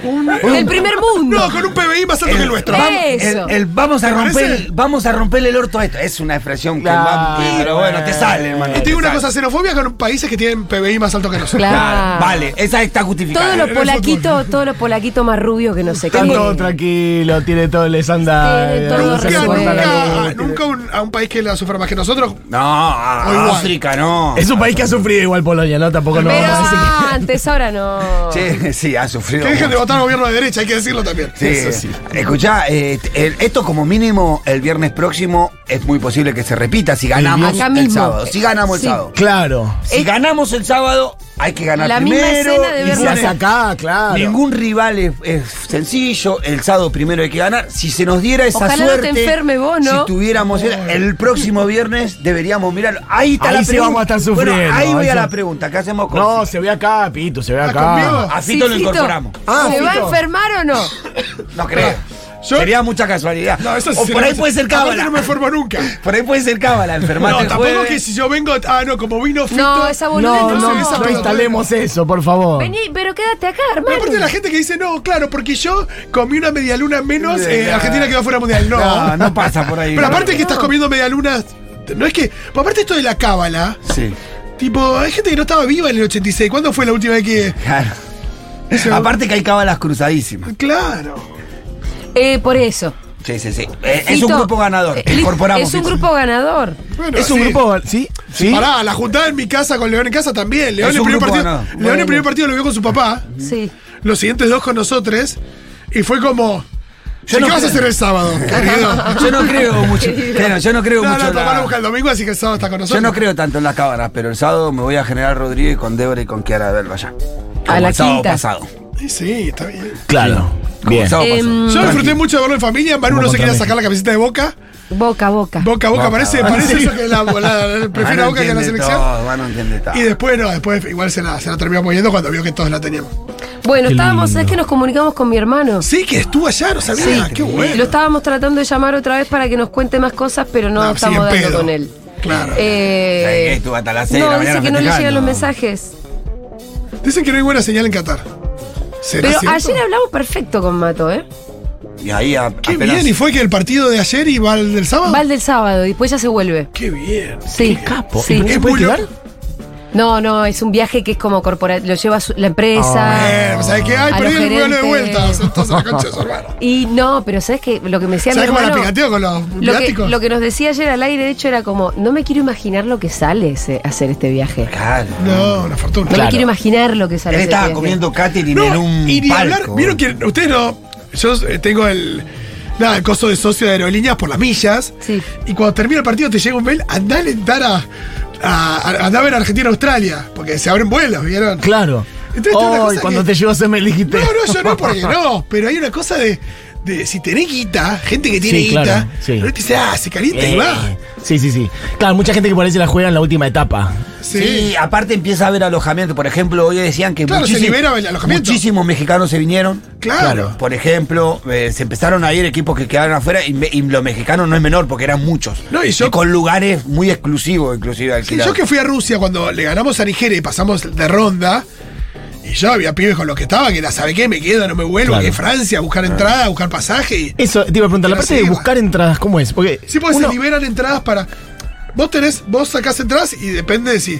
S2: Un-
S1: Del primer mundo.
S2: No, con un PBI más alto que el nuestro.
S1: Eh.
S3: Vam- el-
S1: Eso.
S3: el vamos, a
S2: ¿Te
S3: romper,
S2: parece?
S3: el- vamos a romperle el orto a esto. Es una expresión que
S8: Claro.
S3: va. Pero bueno, te sale, hermano.
S2: Y te digo una
S3: te
S2: cosa,
S3: sale.
S2: xenofobia con países que tienen PBI más alto que nosotros.
S1: Claro.
S3: Vale, esa está
S1: Todos
S3: justificada.
S1: los polaquitos, todos los polaquitos más rubios que no sé qué.
S8: Está todo tranquilo, tiene todo, les anda.
S1: Tiene todo
S8: se
S2: Nunca,
S1: resuelto.
S8: corta la
S2: nunca,
S8: luz,
S2: nunca un- a un país que la sufra más que nosotros.
S3: No, a-
S2: O igual.
S3: África, no.
S8: Es un país que ha sufrido igual Polonia, ¿no? Tampoco nos
S1: Pero
S8: vamos a decir que-
S1: antes, ahora no.
S3: Sí, sí, ha sufrido.
S2: Que dejen de
S3: mucho.
S2: votar al gobierno de derecha, hay que decirlo también.
S3: Sí. Escuchá, eh, el- esto como mínimo el viernes próximo es muy posible que se repita si ganamos
S1: Acá
S3: el
S1: mismo.
S3: sábado. Si ganamos
S1: Sí.
S3: el sábado.
S8: Claro.
S3: Si
S1: Eh,
S3: ganamos el sábado, hay que ganar
S1: la misma
S3: primero.
S1: escena de
S3: y
S8: Y se
S1: Berlín.
S8: hace acá, claro.
S3: Ningún rival es, es sencillo. El sábado primero hay que ganar. Si se nos diera esa
S1: Ojalá no te
S3: suerte.
S1: enferme vos, ¿no?
S3: Si tuviéramos. El, el próximo viernes deberíamos mirar. Ahí está
S8: Ahí
S3: la
S8: sí
S3: pregunta.
S8: vamos a estar
S3: Bueno,
S8: sufriendo,
S3: ahí voy a
S8: eso.
S3: la pregunta. ¿Qué hacemos con.?
S8: No,
S3: Fito?
S8: se ve acá, Pito, se ve
S2: conmigo?
S8: acá.
S3: a Fito lo
S1: Sí, Fito.
S3: incorporamos.
S8: Ah,
S1: ¿Se va a
S8: Fito.
S1: enfermar o no?
S8: Ah.
S3: No creo.
S2: Yo-
S3: Sería mucha casualidad.
S2: No, eso
S3: o
S2: sí,
S3: por
S2: no
S3: ahí
S2: me-
S3: puede ser
S2: aparte
S3: cábala.
S2: no me enfermo nunca.
S3: Por ahí puede ser cábala, enfermarte
S2: No,
S3: el
S2: tampoco
S3: jueves.
S2: que si yo vengo. Ah, no, como vino Fito.
S1: No, esa boludez
S8: No,
S1: no.
S8: no, no,
S2: esa pelotudez.
S8: instalemos eso, por favor.
S1: Vení, pero quédate acá,
S2: Pero
S1: hermano.
S2: aparte de la gente que dice, no, claro, porque yo comí una medialuna menos, eh,
S3: Claro.
S2: Argentina quedó fuera mundial. No.
S3: No, no pasa por ahí.
S2: Pero aparte que estás comiendo medialunas. No es que. pero Aparte esto de la cábala.
S3: Sí.
S2: Tipo, hay gente que no estaba viva en el 86. ¿Cuándo fue la última vez que.?
S3: Claro.
S2: Eso-
S3: Aparte que hay cábalas cruzadísimas.
S2: Claro.
S1: Eh, por eso.
S3: Sí, sí, sí. Eh, es un
S1: Fito,
S3: grupo ganador.
S1: eh, li-
S3: Incorporamos.
S1: Es un
S3: Fito.
S1: grupo ganador.
S2: Bueno,
S8: Es un
S2: sí.
S8: grupo, ¿sí? ¿Sí?
S2: Pará, la juntada en mi casa con León en casa también. León,
S3: Es
S2: el
S3: un
S2: primer,
S3: grupo
S2: partido,
S3: ganado.
S2: León el primer partido lo vio con su papá.
S1: Sí.
S2: Los siguientes dos con nosotros. Y fue como.
S3: Yo
S2: "Che,
S3: no
S2: ¿Qué vas a
S3: creo".
S2: hacer el sábado? querido?
S3: Yo no creo mucho. Claro, yo no creo
S2: No,
S3: mucho.
S2: no, papá
S3: la-
S2: lo busca el domingo, así que el sábado está con
S3: Yo
S2: nosotros.
S3: no creo tanto en las cábalas, pero el sábado me voy a General Rodríguez con Débora y con Kiara Belva ya. Como
S1: la
S3: el sábado
S1: quinta.
S3: pasado.
S2: Y Sí, está bien.
S8: Claro.
S3: Como
S8: Bien.
S3: el sábado
S1: Em,
S3: pasado.
S2: Yo disfruté
S3: Tranquilo.
S2: mucho de verlo en familia. Manu no se
S8: Vamos,
S2: quería
S8: contame.
S2: sacar la camiseta de boca.
S1: Boca a boca.
S2: Boca a boca,
S3: Boca,
S2: parece,
S3: boca.
S2: parece eso que la, la- la- prefiero a
S3: Mano
S2: boca que a la
S3: entiende
S2: selección.
S3: todo, Mano entiende todo.
S2: Y después, no, después igual se la, se la terminó moviendo cuando vio que todos la teníamos.
S1: Bueno,
S8: Qué
S1: estábamos,
S8: lindo.
S1: es que nos comunicamos con mi hermano.
S2: Sí, que estuvo allá, no sabía, qué bueno.
S1: Lo estábamos tratando de llamar otra vez para que nos cuente más cosas, pero no,
S2: No,
S1: estamos
S2: sigue en
S1: dando
S2: pedo.
S1: con él.
S2: Claro.
S1: Eh,
S3: O sea, que estuvo hasta las seis de
S1: no,
S3: la
S1: dice
S3: mañana
S1: que no le
S3: festejando.
S1: llegan los mensajes.
S2: Dicen que no hay buena señal en Qatar. ¿Será
S1: Pero
S2: cierto?
S1: ayer hablamos perfecto con Mato, ¿eh?
S3: Y ahí a-
S2: Qué
S3: apenas-
S2: bien, y fue que el partido de ayer y va al del sábado.
S1: Va el del sábado y después ya se vuelve.
S2: Qué bien.
S1: Sí. Sí.
S8: ¿No se
S2: Es
S8: puede
S2: muy
S8: quedar?
S2: loco.
S1: No, no, es un viaje que es como corporativo, lo lleva su- la
S2: Eh,
S1: empresa.
S2: ¿Sabes qué? Ay,
S1: Ah. a
S2: perdí
S1: los
S2: el vuelo de
S1: gerentes.
S2: vuelta. Entonces la concha de su hermano.
S1: Y no, pero ¿sabes qué? Lo que me decía mi
S2: ¿Sabes cómo la
S1: hermano-
S2: picateó con los
S1: Lo que,
S2: viáticos?
S1: lo que nos decía ayer al aire, de hecho, era como, no me quiero imaginar lo que sale ese- hacer este viaje.
S3: Claro.
S2: No, una fortuna.
S1: No me quiero imaginar lo que sale
S3: Él
S1: hacer
S3: estaba
S1: este viaje.
S3: comiendo catering en un
S2: y ni
S3: palco.
S2: hablar, vieron que ustedes no, yo eh, tengo el nada, el costo de socio de aerolíneas por las millas.
S1: Sí.
S2: Y cuando termina el partido te llega un mail, andá a alentar a, a, a- andá a ver Argentina Australia, porque se abren vuelos, ¿vieron?
S8: Claro.
S2: Entonces, tiene una
S8: Oh,
S2: cosa
S8: cuando
S2: que-
S8: te llegó se me dijiste.
S2: No, no, yo no, porque no, pero hay una cosa de, de si tenés guita, gente que tiene
S8: Sí,
S2: guita,
S8: claro, sí.
S2: no te dice, ah, se calienta y
S8: Eh,
S2: va.
S8: Sí, sí, sí. Claro, mucha gente que por ahí se la juega en la última etapa.
S2: Sí.
S3: Sí. aparte empieza a haber alojamiento. Por ejemplo, hoy decían que
S2: Claro, se
S3: muchísi-
S2: libera el alojamiento.
S3: muchísimos mexicanos se vinieron.
S2: Claro.
S3: Por ejemplo, eh, se empezaron a ir equipos que quedaron afuera y, me- y los mexicanos no es menor porque eran muchos.
S2: No, y yo-
S3: con lugares muy exclusivos, inclusive
S2: Sí,
S3: alquilados.
S2: yo que fui a Rusia cuando le ganamos a Nigeria y pasamos de ronda, y yo había pibes con los que estaba que era, ¿sabe qué? Me quedo, no me vuelvo,
S8: Claro.
S2: que Francia, buscar entrada, buscar pasaje. y-
S8: Eso, te iba a preguntar, la
S2: Pero
S8: parte
S2: sí,
S8: de
S2: va.
S8: buscar entradas, ¿cómo es? Porque
S2: Sí, porque
S8: uno-
S2: se liberan entradas para. Vos tenés, vos sacás entradas y depende de si.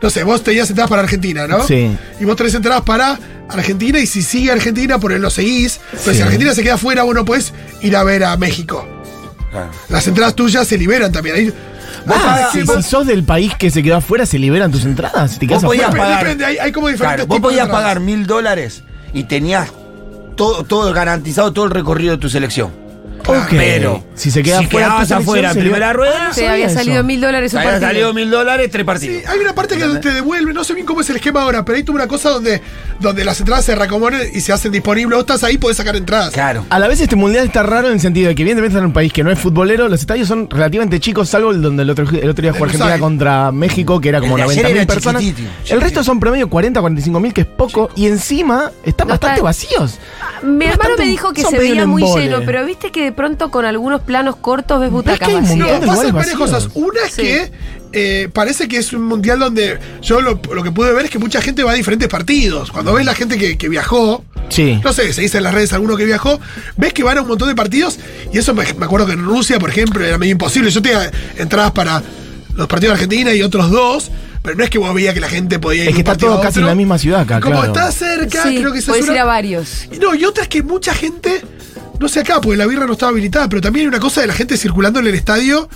S2: No sé, vos tenías entradas para Argentina, ¿no?
S8: Sí.
S2: Y vos tenés entradas para Argentina y si sigue Argentina, por él lo seguís. Pero
S8: Sí.
S2: si Argentina se queda fuera, vos no podés ir a ver a México.
S3: Claro.
S2: Las entradas tuyas se liberan también. Ahí, vos
S8: Ah,
S2: pagás-
S8: si,
S2: vos-
S8: si sos del país que se quedó afuera, se liberan tus entradas. Si te quedas
S3: Vos podías
S8: afuera.
S2: Depende,
S3: pagar.
S2: depende, hay- hay como diferentes
S3: Claro, vos
S2: tipos de
S3: podías
S2: entradas.
S3: pagar mil dólares y tenías todo, todo garantizado, todo el recorrido de tu selecón.
S8: Ok.
S3: Pero
S8: si se queda
S3: si
S8: afuera, tu
S3: quedabas
S8: selección Ah,
S3: afuera en
S8: se
S3: primera
S8: libera.
S3: rueda,
S1: Se
S8: sabía
S1: había
S8: eso.
S1: salido mil dólares un
S3: habían
S1: partido.
S3: salido mil dólares, tres partidos.
S2: Sí, ah, hay una parte que te devuelve, no sé bien cómo es el esquema ahora, pero ahí tuvo una cosa donde, donde las entradas se reacomodan y se hacen disponibles. Vos estás ahí, podés sacar entradas.
S3: Claro.
S8: A la vez este mundial está raro en el sentido de que evidentemente en un país que no es futbolero, los estadios son relativamente chicos, salvo el donde el otro, el otro día jugó
S2: El
S8: Argentina
S2: Lusail.
S8: contra México, que era como
S3: El de ayer
S8: 90.000
S3: era
S8: personas.
S3: chiquitito,
S8: El
S3: chiquitito.
S8: resto son promedio 40, 45 mil, que es poco, y encima están
S1: No está-
S8: bastante vacíos.
S1: Mi
S8: No es
S1: hermano
S8: tanto
S1: me
S8: un-
S1: dijo que
S8: son
S1: se
S8: medio
S1: veía
S8: un
S1: muy
S8: embole.
S1: lleno, pero viste que de pronto con algunos planos cortos ves
S8: Pero es que
S1: butacas
S8: hay un
S1: vacías.
S8: montón
S2: No,
S8: de
S2: pasan
S8: lugares
S2: varias
S8: vacíos.
S2: cosas. Una es
S1: Sí.
S2: que eh, parece que es un mundial donde yo lo, lo que pude ver es que mucha gente va a diferentes partidos. Cuando ves la gente que, que viajó,
S8: Sí.
S2: No sé, se dice en las redes alguno que viajó. Ves que van a un montón de partidos y eso me, me acuerdo que en Rusia, por ejemplo, era medio imposible. Yo tenía entradas para los partidos de Argentina y otros dos, pero no es que vos veías que la gente podía ir
S8: Es
S2: de
S8: que
S2: un
S8: está
S2: partido
S8: todo
S2: a
S8: casi en
S2: otro.
S8: la misma ciudad acá,
S2: Como
S8: claro.
S2: está cerca,
S1: Sí,
S2: creo que se
S1: podés ir a varios.
S2: Y No, y otra es que mucha gente, no sé acá, porque la birra no estaba habilitada, pero también hay una cosa de la gente circulando en el estadio,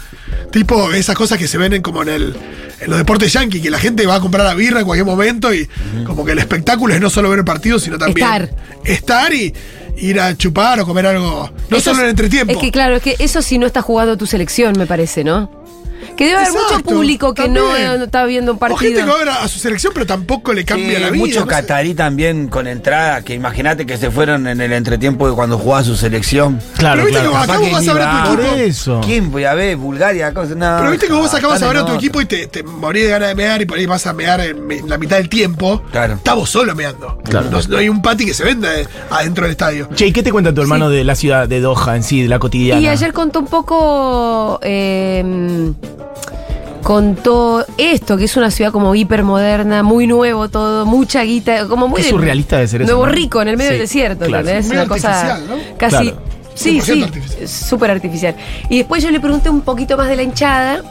S2: tipo esas cosas que se ven en, como en el en los deportes yanqui, que la gente va a comprar la birra en cualquier momento y como que el espectáculo es no solo ver el partido, sino también
S1: Estar.
S2: estar y ir a chupar o comer algo, no
S1: Eso
S2: solo
S1: es-
S2: en el entretiempo.
S1: Es que claro, es que eso sí no está jugando tu selección, me parece, ¿no? Que debe haber mucho
S2: Exacto,
S1: público que no,
S2: también.
S1: no está viendo un
S2: O gente que va
S1: partido.
S2: a ver a, a su selección, pero tampoco le cambia
S3: Sí,
S2: la vida.
S3: Muchos
S2: no sé.
S3: catarí Eh, también con entrada, que imagínate que se fueron en el entretiempo de cuando jugaba su selección.
S8: Claro,
S2: Pero viste
S8: claro.
S2: que
S3: Capaz
S2: acá vos
S3: que
S2: vas
S3: ni
S2: a ver a tu
S3: va.
S8: Por
S2: equipo.
S8: eso.
S3: ¿Quién voy a ver? Bulgaria, cosa, no,
S2: Pero viste que vos acabas de
S3: están
S2: ver a
S3: en
S2: tu
S3: otra.
S2: equipo y te, te morís de ganas de mear y por ahí vas a mear en me- la mitad del tiempo.
S3: Claro.
S2: Estás vos solo meando.
S8: Claro.
S2: No, no hay un pati que se venda eh, adentro del estadio.
S8: Che, ¿y qué te cuenta tu hermano de la ciudad de Doha en sí, de la cotidiana?
S1: Y ayer contó un poco. eh, contó esto, que es una ciudad como hipermoderna, muy nuevo todo, mucha guita, como muy.
S8: Es
S1: de-
S8: surrealista de ser eso,
S1: Nuevo
S8: ¿no?
S1: rico, en el medio
S8: Sí,
S1: del desierto,
S8: claro.
S1: ¿entendés? Es
S2: Medio
S1: una cosa.
S2: artificial, ¿no?
S1: Casi.
S8: Claro.
S1: Sí,
S2: 100%
S1: sí.
S2: artificial.
S1: Súper artificial. Y después yo le pregunté un poquito más de la hinchada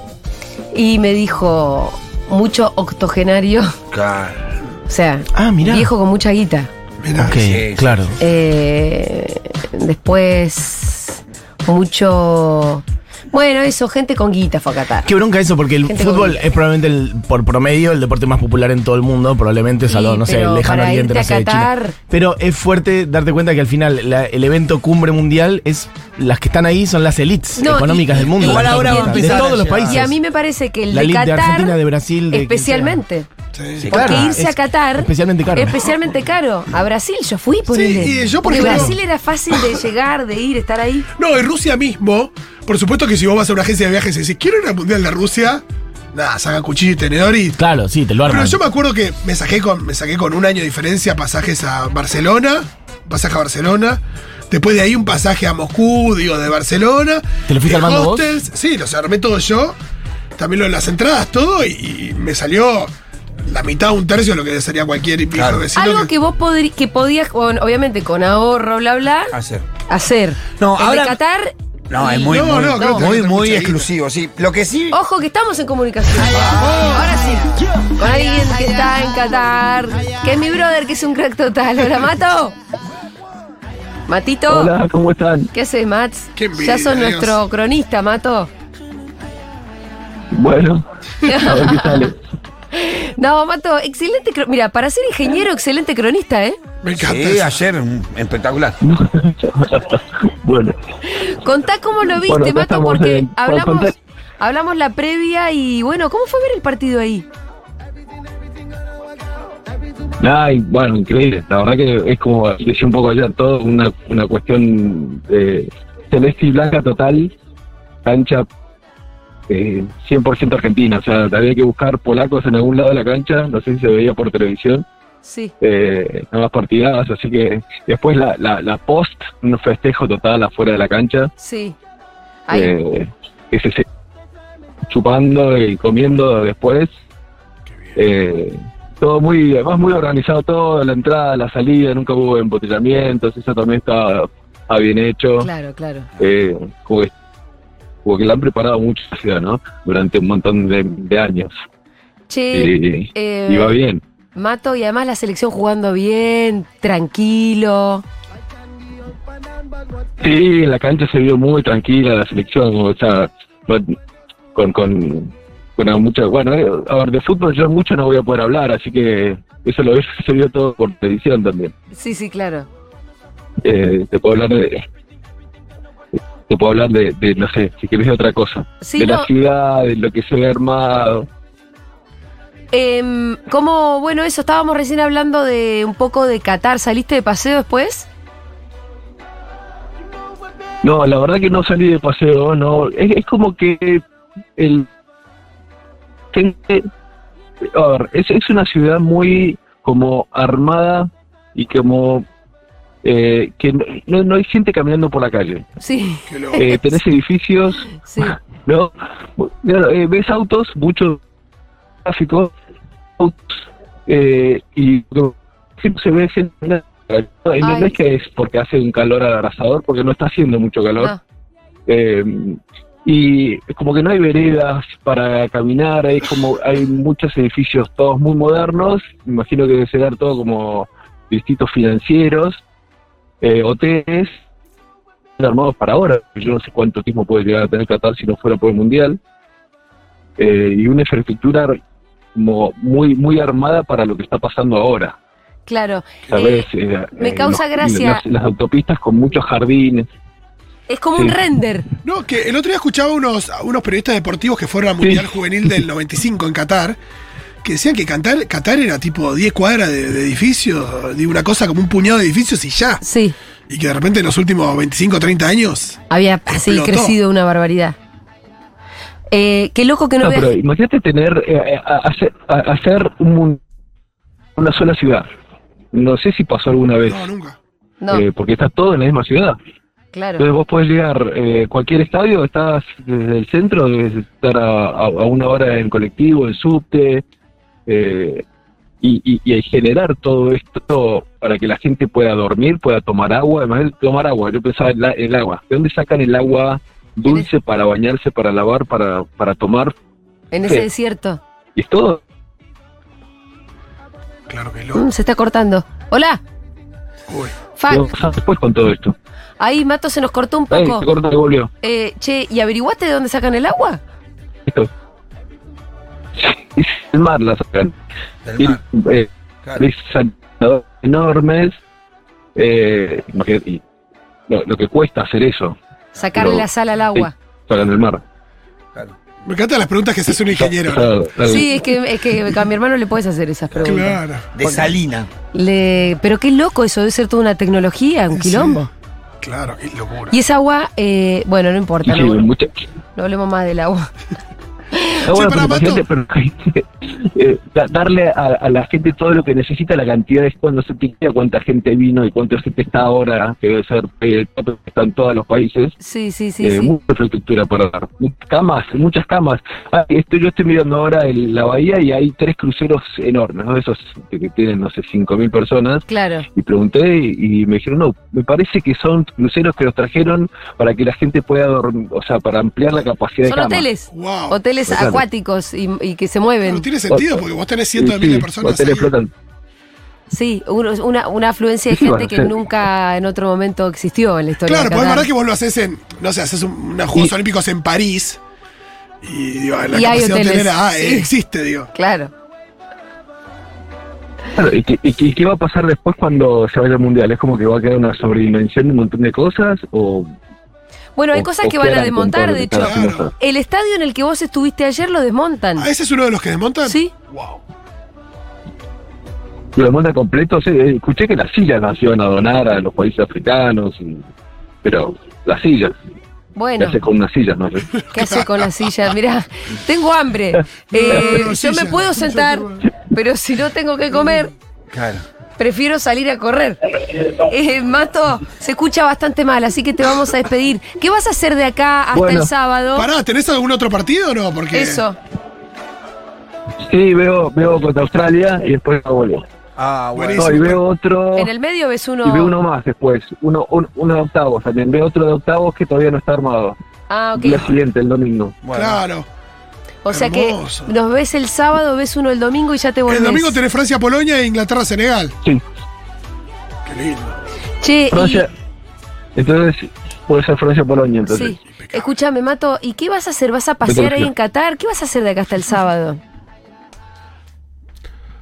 S1: y me dijo. Mucho octogenario.
S3: Claro.
S1: O sea,
S8: Ah, mirá.
S1: viejo con mucha guita.
S2: Mirá.
S8: Ok,
S3: Sí, sí,
S8: claro.
S1: Eh, después, mucho. Bueno, eso, gente con guita fue a Qatar.
S8: Qué bronca eso, porque el
S1: Gente
S8: fútbol
S1: con-
S8: es probablemente, el, por promedio, el deporte más popular en todo el mundo. Probablemente,
S1: Sí,
S8: salvo, no sé,
S1: pero
S8: el lejano
S1: para
S8: oriente,
S1: irte
S8: no
S1: a
S8: sé, de
S1: Qatar.
S8: China. Pero es fuerte darte cuenta que al final la- el evento cumbre mundial es. Las que están ahí son las elites
S1: No,
S8: económicas
S1: y-
S8: del mundo.
S3: igual
S8: de
S3: ahora va a
S8: todos los
S3: empezar a
S8: países.
S3: llegar.
S1: Y a mí me parece que el
S8: La
S1: de
S8: liga
S1: Qatar.
S8: de Argentina, de Brasil, de
S1: especialmente.
S2: Sí.
S3: Sí,
S1: Porque
S8: Claro,
S1: irse
S8: es
S1: a Qatar.
S8: especialmente caro.
S1: Especialmente caro. A Brasil yo fui, por
S2: y yo, por
S1: Porque
S2: ejemplo-
S1: Brasil era fácil de llegar, de ir, estar ahí.
S2: No, en Rusia mismo, por supuesto que si vos vas a una agencia de viajes y decís, quiero ir al Mundial de Rusia, nada, saca cuchillo y tenedor y.
S8: Claro, sí, te lo arman.
S2: Pero yo me acuerdo que me saqué con, me saqué con un año de diferencia pasajes a Barcelona, pasaje a Barcelona. Después de ahí un pasaje a Moscú, digo, de Barcelona.
S8: ¿Te lo fuiste
S2: de
S8: armando vos?
S2: hostels. Sí, los armé todo yo. También lo de las entradas, todo, y, y me salió la mitad, un tercio de lo que sería cualquier hijo
S3: Claro.
S2: vecino.
S1: Algo que vos podri- que podías, bueno, obviamente con ahorro, bla, bla,
S8: Ah.
S3: Hacer.
S1: hacer.
S3: No,
S1: El de
S3: ahora-
S1: Qatar.
S3: Ah, No,
S1: y-
S3: es muy,
S2: No,
S3: muy,
S2: no, creo que Oh.
S3: muy,
S2: tenés
S3: muy
S2: mucha
S3: exclusivo, sí. Lo que sí.
S1: Ojo que estamos en comunicación. Ahora sí. Con alguien que está en Qatar. Que es mi brother, que es un crack total. Hola, Mato. Matito. Hola, ¿cómo están? ¿Qué haces, Mats?
S2: Qué envidia,
S1: ya sos
S2: Dios.
S1: nuestro cronista, Mato.
S9: Bueno, a ver qué sale.
S1: No, Mato, excelente. cro- Mira, para ser ingeniero, excelente cronista, ¿eh?
S2: Me encanta.
S3: Sí,
S2: eso.
S3: ayer, mm, espectacular.
S9: bueno,
S1: Contá cómo lo viste,
S9: Bueno, acá
S1: Mato,
S9: estamos,
S1: porque
S9: eh, para
S1: hablamos,
S9: contar.
S1: hablamos la previa y bueno, ¿cómo fue ver el partido ahí?
S9: nada, y bueno, increíble. La verdad que es como decía un poco ayer, todo una, una cuestión eh, celeste y blanca total, cancha eh, 100% argentina. O sea, había que buscar polacos en algún lado de la cancha, no sé si se veía por televisión,
S1: Sí.
S9: eh, nuevas partidadas, así que después la, la, la post, un festejo total afuera de la cancha.
S1: Sí. Ahí.
S9: eh, que se- se- chupando y comiendo después. Eh, todo muy, además muy organizado todo, la entrada, la salida, nunca hubo embotellamientos, eso también está, está bien hecho.
S1: Claro, claro.
S9: Eh, como, que, como que la han preparado mucho la ciudad, ¿no? Durante un montón de, de años.
S1: Che,
S9: Y,
S1: eh,
S9: y va bien.
S1: Mato y además la selección jugando bien, tranquilo.
S9: Sí, la cancha se vio muy tranquila, la selección, o sea, no- con, con, con mucha... Bueno, eh, a ver, de fútbol yo mucho no voy a poder hablar, así que eso lo se vio todo por televisión también.
S1: Sí, sí, claro.
S9: Eh, te puedo hablar de... Te puedo hablar de, de, no sé, si querés de otra cosa.
S1: Sí,
S9: de
S1: no.
S9: la ciudad, de lo que se ve armado.
S1: Em, ¿Cómo, bueno, eso? Estábamos recién hablando de un poco de Qatar. ¿Saliste de paseo después?
S9: No, la verdad que no salí de paseo, no. Es, es como que el gente, a ver, es, es una ciudad muy como armada y como eh, que no- no, no hay gente caminando por la calle.
S1: Sí.
S2: Qué loco.
S9: Eh, tenés edificios,
S1: Sí.
S9: no, Claro, eh, ves autos, mucho tráfico, autos, eh, y lo que no se ve gente No, y no,
S1: Ay.
S9: no es que es porque hace un calor abrasador, porque no está haciendo mucho calor.
S1: Ah.
S9: Eh, y como que no hay veredas para caminar, hay como hay muchos edificios todos muy modernos, me imagino que debe ser todo como distritos financieros, eh, hoteles armados para ahora, yo no sé cuánto tiempo puede llegar a tener Qatar si no fuera por el Mundial, eh, y una infraestructura como muy, muy armada para lo que está pasando ahora.
S1: Claro.
S9: ¿sabes?
S1: Eh,
S9: Eh,
S1: me
S9: eh,
S1: causa
S9: los-
S1: gracia.
S9: Las, las autopistas con muchos jardines.
S1: es como
S9: sí.
S1: un render.
S2: No, que el otro día escuchaba unos, a unos periodistas deportivos que fueron al Mundial Juvenil del 95 en Qatar, que decían que Qatar, Qatar era tipo 10 cuadras de, de edificios, de una cosa como un puñado de edificios y ya.
S1: Sí,
S2: Y que de repente en los últimos 25 30 años.
S1: había así
S2: Explotó.
S1: crecido una barbaridad. Eh, qué loco que no,
S9: No,
S1: veas.
S9: pero imagínate tener, eh, eh, a- hacer, a- hacer un mun- una sola ciudad. No sé si pasó alguna vez,
S2: No, nunca.
S1: No,
S9: eh, porque está todo en la misma ciudad. Entonces
S1: claro.
S9: vos podés llegar eh, cualquier estadio, estás desde el centro, debes estar a, a- a una hora en colectivo, en subte, eh, y, y- y generar todo esto para que la gente pueda dormir, pueda tomar agua. Además, el tomar agua, yo pensaba en la- el agua. ¿De dónde sacan el agua dulce para bañarse, para lavar, para, para tomar?
S1: En ese
S9: sí.
S1: desierto.
S9: Y es todo.
S2: Claro que loco.
S1: Mm, se está cortando. Hola.
S2: Uy.
S1: Fac.
S9: ¿Qué pasa "Ah, después con todo esto?
S1: Ahí Mato se nos cortó un
S9: Ay,
S1: poco.
S9: se corta y volvió.
S1: Eh, che, ¿y averiguaste de dónde sacan el agua?
S9: Esto. Es el mar la sacan.
S3: Del mar,
S9: Y, eh,
S3: claro.
S9: Tres sanadores enormes. eh, imagínate, y lo, lo que cuesta hacer eso,
S1: Sacarle
S9: No.
S1: la sal al agua.
S9: sacando el mar.
S3: claro.
S2: Me encantan las preguntas que se hace un ingeniero. ¿no?
S9: O sea,
S1: Sí, es que, es que a mi hermano le puedes hacer esas preguntas.
S2: Claro.
S3: De Salina.
S1: Le- pero qué loco eso, debe ser toda una tecnología, un
S2: Sí.
S1: quilombo.
S2: Claro, qué locura.
S1: Y esa agua, eh, bueno, no importa,
S9: sí,
S1: no,
S9: mucha-
S1: no hablemos más del agua.
S9: Ah, bueno,
S2: pará,
S9: pero imagínate, pero- eh, da- darle a, a la gente todo lo que necesita, la cantidad es cuando se piquea cuánta gente vino y cuánta gente está ahora, que debe ser, eh, están todos los países.
S1: Sí, sí, sí,
S9: Eh,
S1: sí.
S9: Mucha infraestructura para dar. Camas, muchas camas. Ah, esto, yo estoy mirando ahora en la bahía y hay tres cruceros enormes, ¿no? Esos que que tienen, no sé, 5.000 personas.
S1: Claro.
S9: Y pregunté y, y me dijeron, no, me parece que son cruceros que los trajeron para que la gente pueda dormir, o sea, para ampliar la capacidad
S1: Son
S9: de camas.
S1: hoteles,
S2: Wow.
S1: hoteles
S9: Claro.
S1: acuáticos y, y que se
S2: No
S1: mueven.
S2: tiene sentido porque vos tenés cientos de
S9: Sí,
S2: miles de
S9: sí,
S2: personas.
S9: hoteles
S2: ahí.
S9: flotantes.
S1: Sí, uno- una, una afluencia de
S9: Sí, sí,
S1: gente
S9: bueno,
S1: que
S9: sí.
S1: nunca en otro momento existió en la historia.
S2: Claro, pues,
S1: de
S2: porque es
S1: Qatar.
S2: verdad que vos lo haces en, no sé, haces un- unos Juegos
S9: Y-
S2: Olímpicos en París y digo, la
S1: Y hay
S2: capacidad
S1: hoteles,
S2: hotelera ah,
S1: sí.
S2: eh, existe, digo.
S1: Claro,
S9: Claro, ¿y, qué- y, qué- y qué va a pasar después cuando se vaya al mundial? ¿Es como que va a quedar una sobredimensión de un montón de cosas? o
S1: Bueno, hay
S9: o-
S1: cosas
S9: o
S1: que van a
S9: quedan con todo
S1: desmontar,
S9: lo
S1: de
S9: que
S1: hecho.
S9: están haciendo
S2: Claro.
S1: El estadio en el que vos estuviste ayer lo desmontan.
S2: Ah, ese es uno de los que desmontan.
S1: Sí.
S2: Wow.
S9: Lo demanda completo. sí, eh, escuché que las sillas las iban a donar a los países africanos, y- pero las sillas, ¿qué
S1: Bueno,
S9: hace con unas sillas? No sé.
S1: ¿qué hace con la silla? Mirá, tengo hambre. Eh,
S2: No,
S1: yo
S2: silla.
S1: me puedo sentar, pero si no tengo que comer,
S3: Claro.
S1: prefiero salir a correr. Eh, Mato, se escucha bastante mal, así que te vamos a despedir. ¿Qué vas a hacer de acá hasta
S9: Bueno,
S1: el sábado?
S2: Pará, ¿tenés algún otro partido o no? Porque
S1: Eso.
S9: Sí, veo, veo contra Australia y después no vuelvo.
S3: Ah, bueno.
S9: No, y veo otro.
S1: En el medio ves uno.
S9: Oh. Y veo uno más después, uno, un- uno de octavos también. Veo otro de octavos que todavía no está armado.
S1: Ah,
S9: El día
S1: ok.
S9: siguiente, el domingo.
S3: bueno.
S2: claro.
S1: O sea que
S2: hermoso.
S1: nos ves el sábado, ves uno el domingo y ya te volvés.
S2: El domingo tenés Francia, Polonia e Inglaterra, Senegal.
S9: Sí,
S2: Qué lindo.
S1: Che, Eh, y-
S9: Francia. Entonces, puede ser Francia-Polonia. Entonces,
S1: sí. Escúchame, Mato, ¿y qué vas a hacer? ¿Vas a pasear
S9: Fotografía.
S1: ahí en Qatar? ¿Qué vas a hacer de acá hasta el sábado?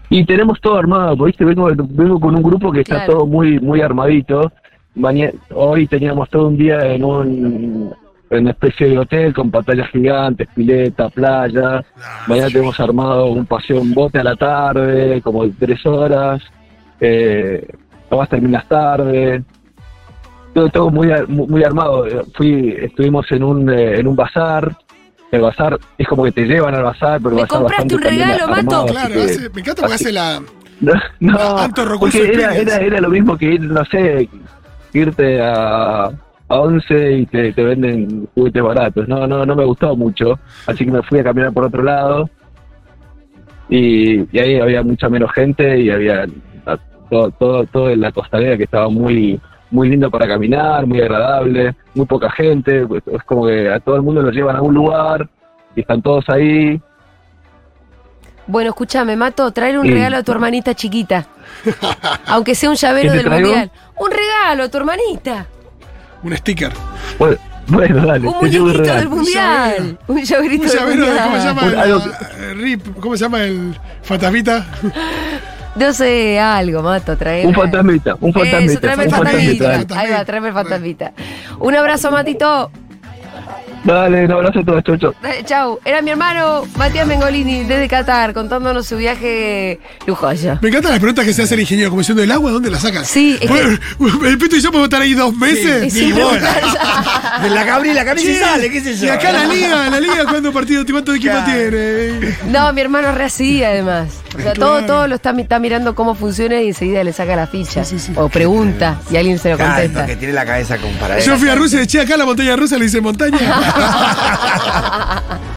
S9: Y tenemos todo armado, porque, ¿viste? Vengo, vengo con un grupo que está
S1: Claro.
S9: todo muy muy armadito. Maña- hoy teníamos todo un día en un en una especie de hotel con pantallas gigantes, pileta, playa. Mañana tenemos armado un paseo en bote a la tarde, como de tres horas. Eh, además terminas tarde. Todo, todo muy, ar- muy muy armado. Eh, Fui, estuvimos en un, eh, en un bazar. El bazar es como que te llevan al bazar, pero el
S1: ¿Me
S9: bazar
S1: compraste
S9: bastante
S1: un
S9: también
S1: regalo, Mato?
S9: armado, así
S2: Claro,
S9: que-
S2: hace- me encanta porque
S9: así-
S2: hace la.
S9: no,
S2: Ah,
S9: no
S2: alto recurso
S9: porque era,
S2: experience.
S9: era, era lo mismo que ir, no sé, irte a, a 11 y te, te venden juguetes baratos. No, no, no me gustó mucho, así que me fui a caminar por otro lado y, y ahí había mucha menos gente y había a- todo, todo, todo en la costanera que estaba muy, muy lindo para caminar, muy agradable, muy poca gente, pues, es como que a todo el mundo lo llevan a un lugar y están todos ahí.
S1: Bueno, escúchame, Mato, traer un
S9: Sí.
S1: regalo a tu hermanita chiquita. Aunque sea un llavero
S9: ¿Qué te
S1: del
S9: traigo?
S1: mundial. Un regalo a tu hermanita.
S2: Un sticker.
S9: Bueno, Pues, bueno dale,
S1: Un
S9: te llevo
S1: muñequito
S9: un
S1: del
S9: regalo.
S1: mundial. Un llaverito
S2: Un
S1: del
S2: llavero de, ¿cómo
S1: mundial.
S2: se llama?
S9: Un-
S2: El,
S9: algo-
S2: eh, Rip, ¿cómo se llama el fantasmita?
S1: No sé, algo, Mato, trae.
S9: Un fantasmita, un fantasmita,
S1: Eso, tráeme el
S9: un
S1: fantasmita.
S9: fantasmita,
S1: Ahí
S2: dale.
S1: va, tráeme el fantasmita. Un abrazo, Matito.
S9: Dale, un abrazo a todos, chau, chau.
S1: Dale, Chau. Era mi hermano Matías Mengolini desde Qatar contándonos su viaje lujoso.
S2: Me encantan las preguntas que se hace el ingeniero, como diciendo, ¿el agua dónde la sacan?
S1: Sí, es que-
S2: Bueno, El pito y yo podemos estar ahí dos meses.
S1: Es sin preguntar.
S3: De la Gabriela, Gabriela se sale, qué sé yo.
S2: Y acá la liga, la liga, ¿cuántos partidos, cuántos equipos tiene?
S1: No, mi hermano es re así, además. O sea, todo,
S2: Claro.
S1: todo lo está, está mirando cómo funciona y enseguida le saca la ficha.
S2: Sí, sí, sí.
S1: O pregunta y alguien se lo contesta.
S3: que tiene la cabeza como para
S2: Yo fui a Rusia y le eché acá la montaña rusa, le hice montaña.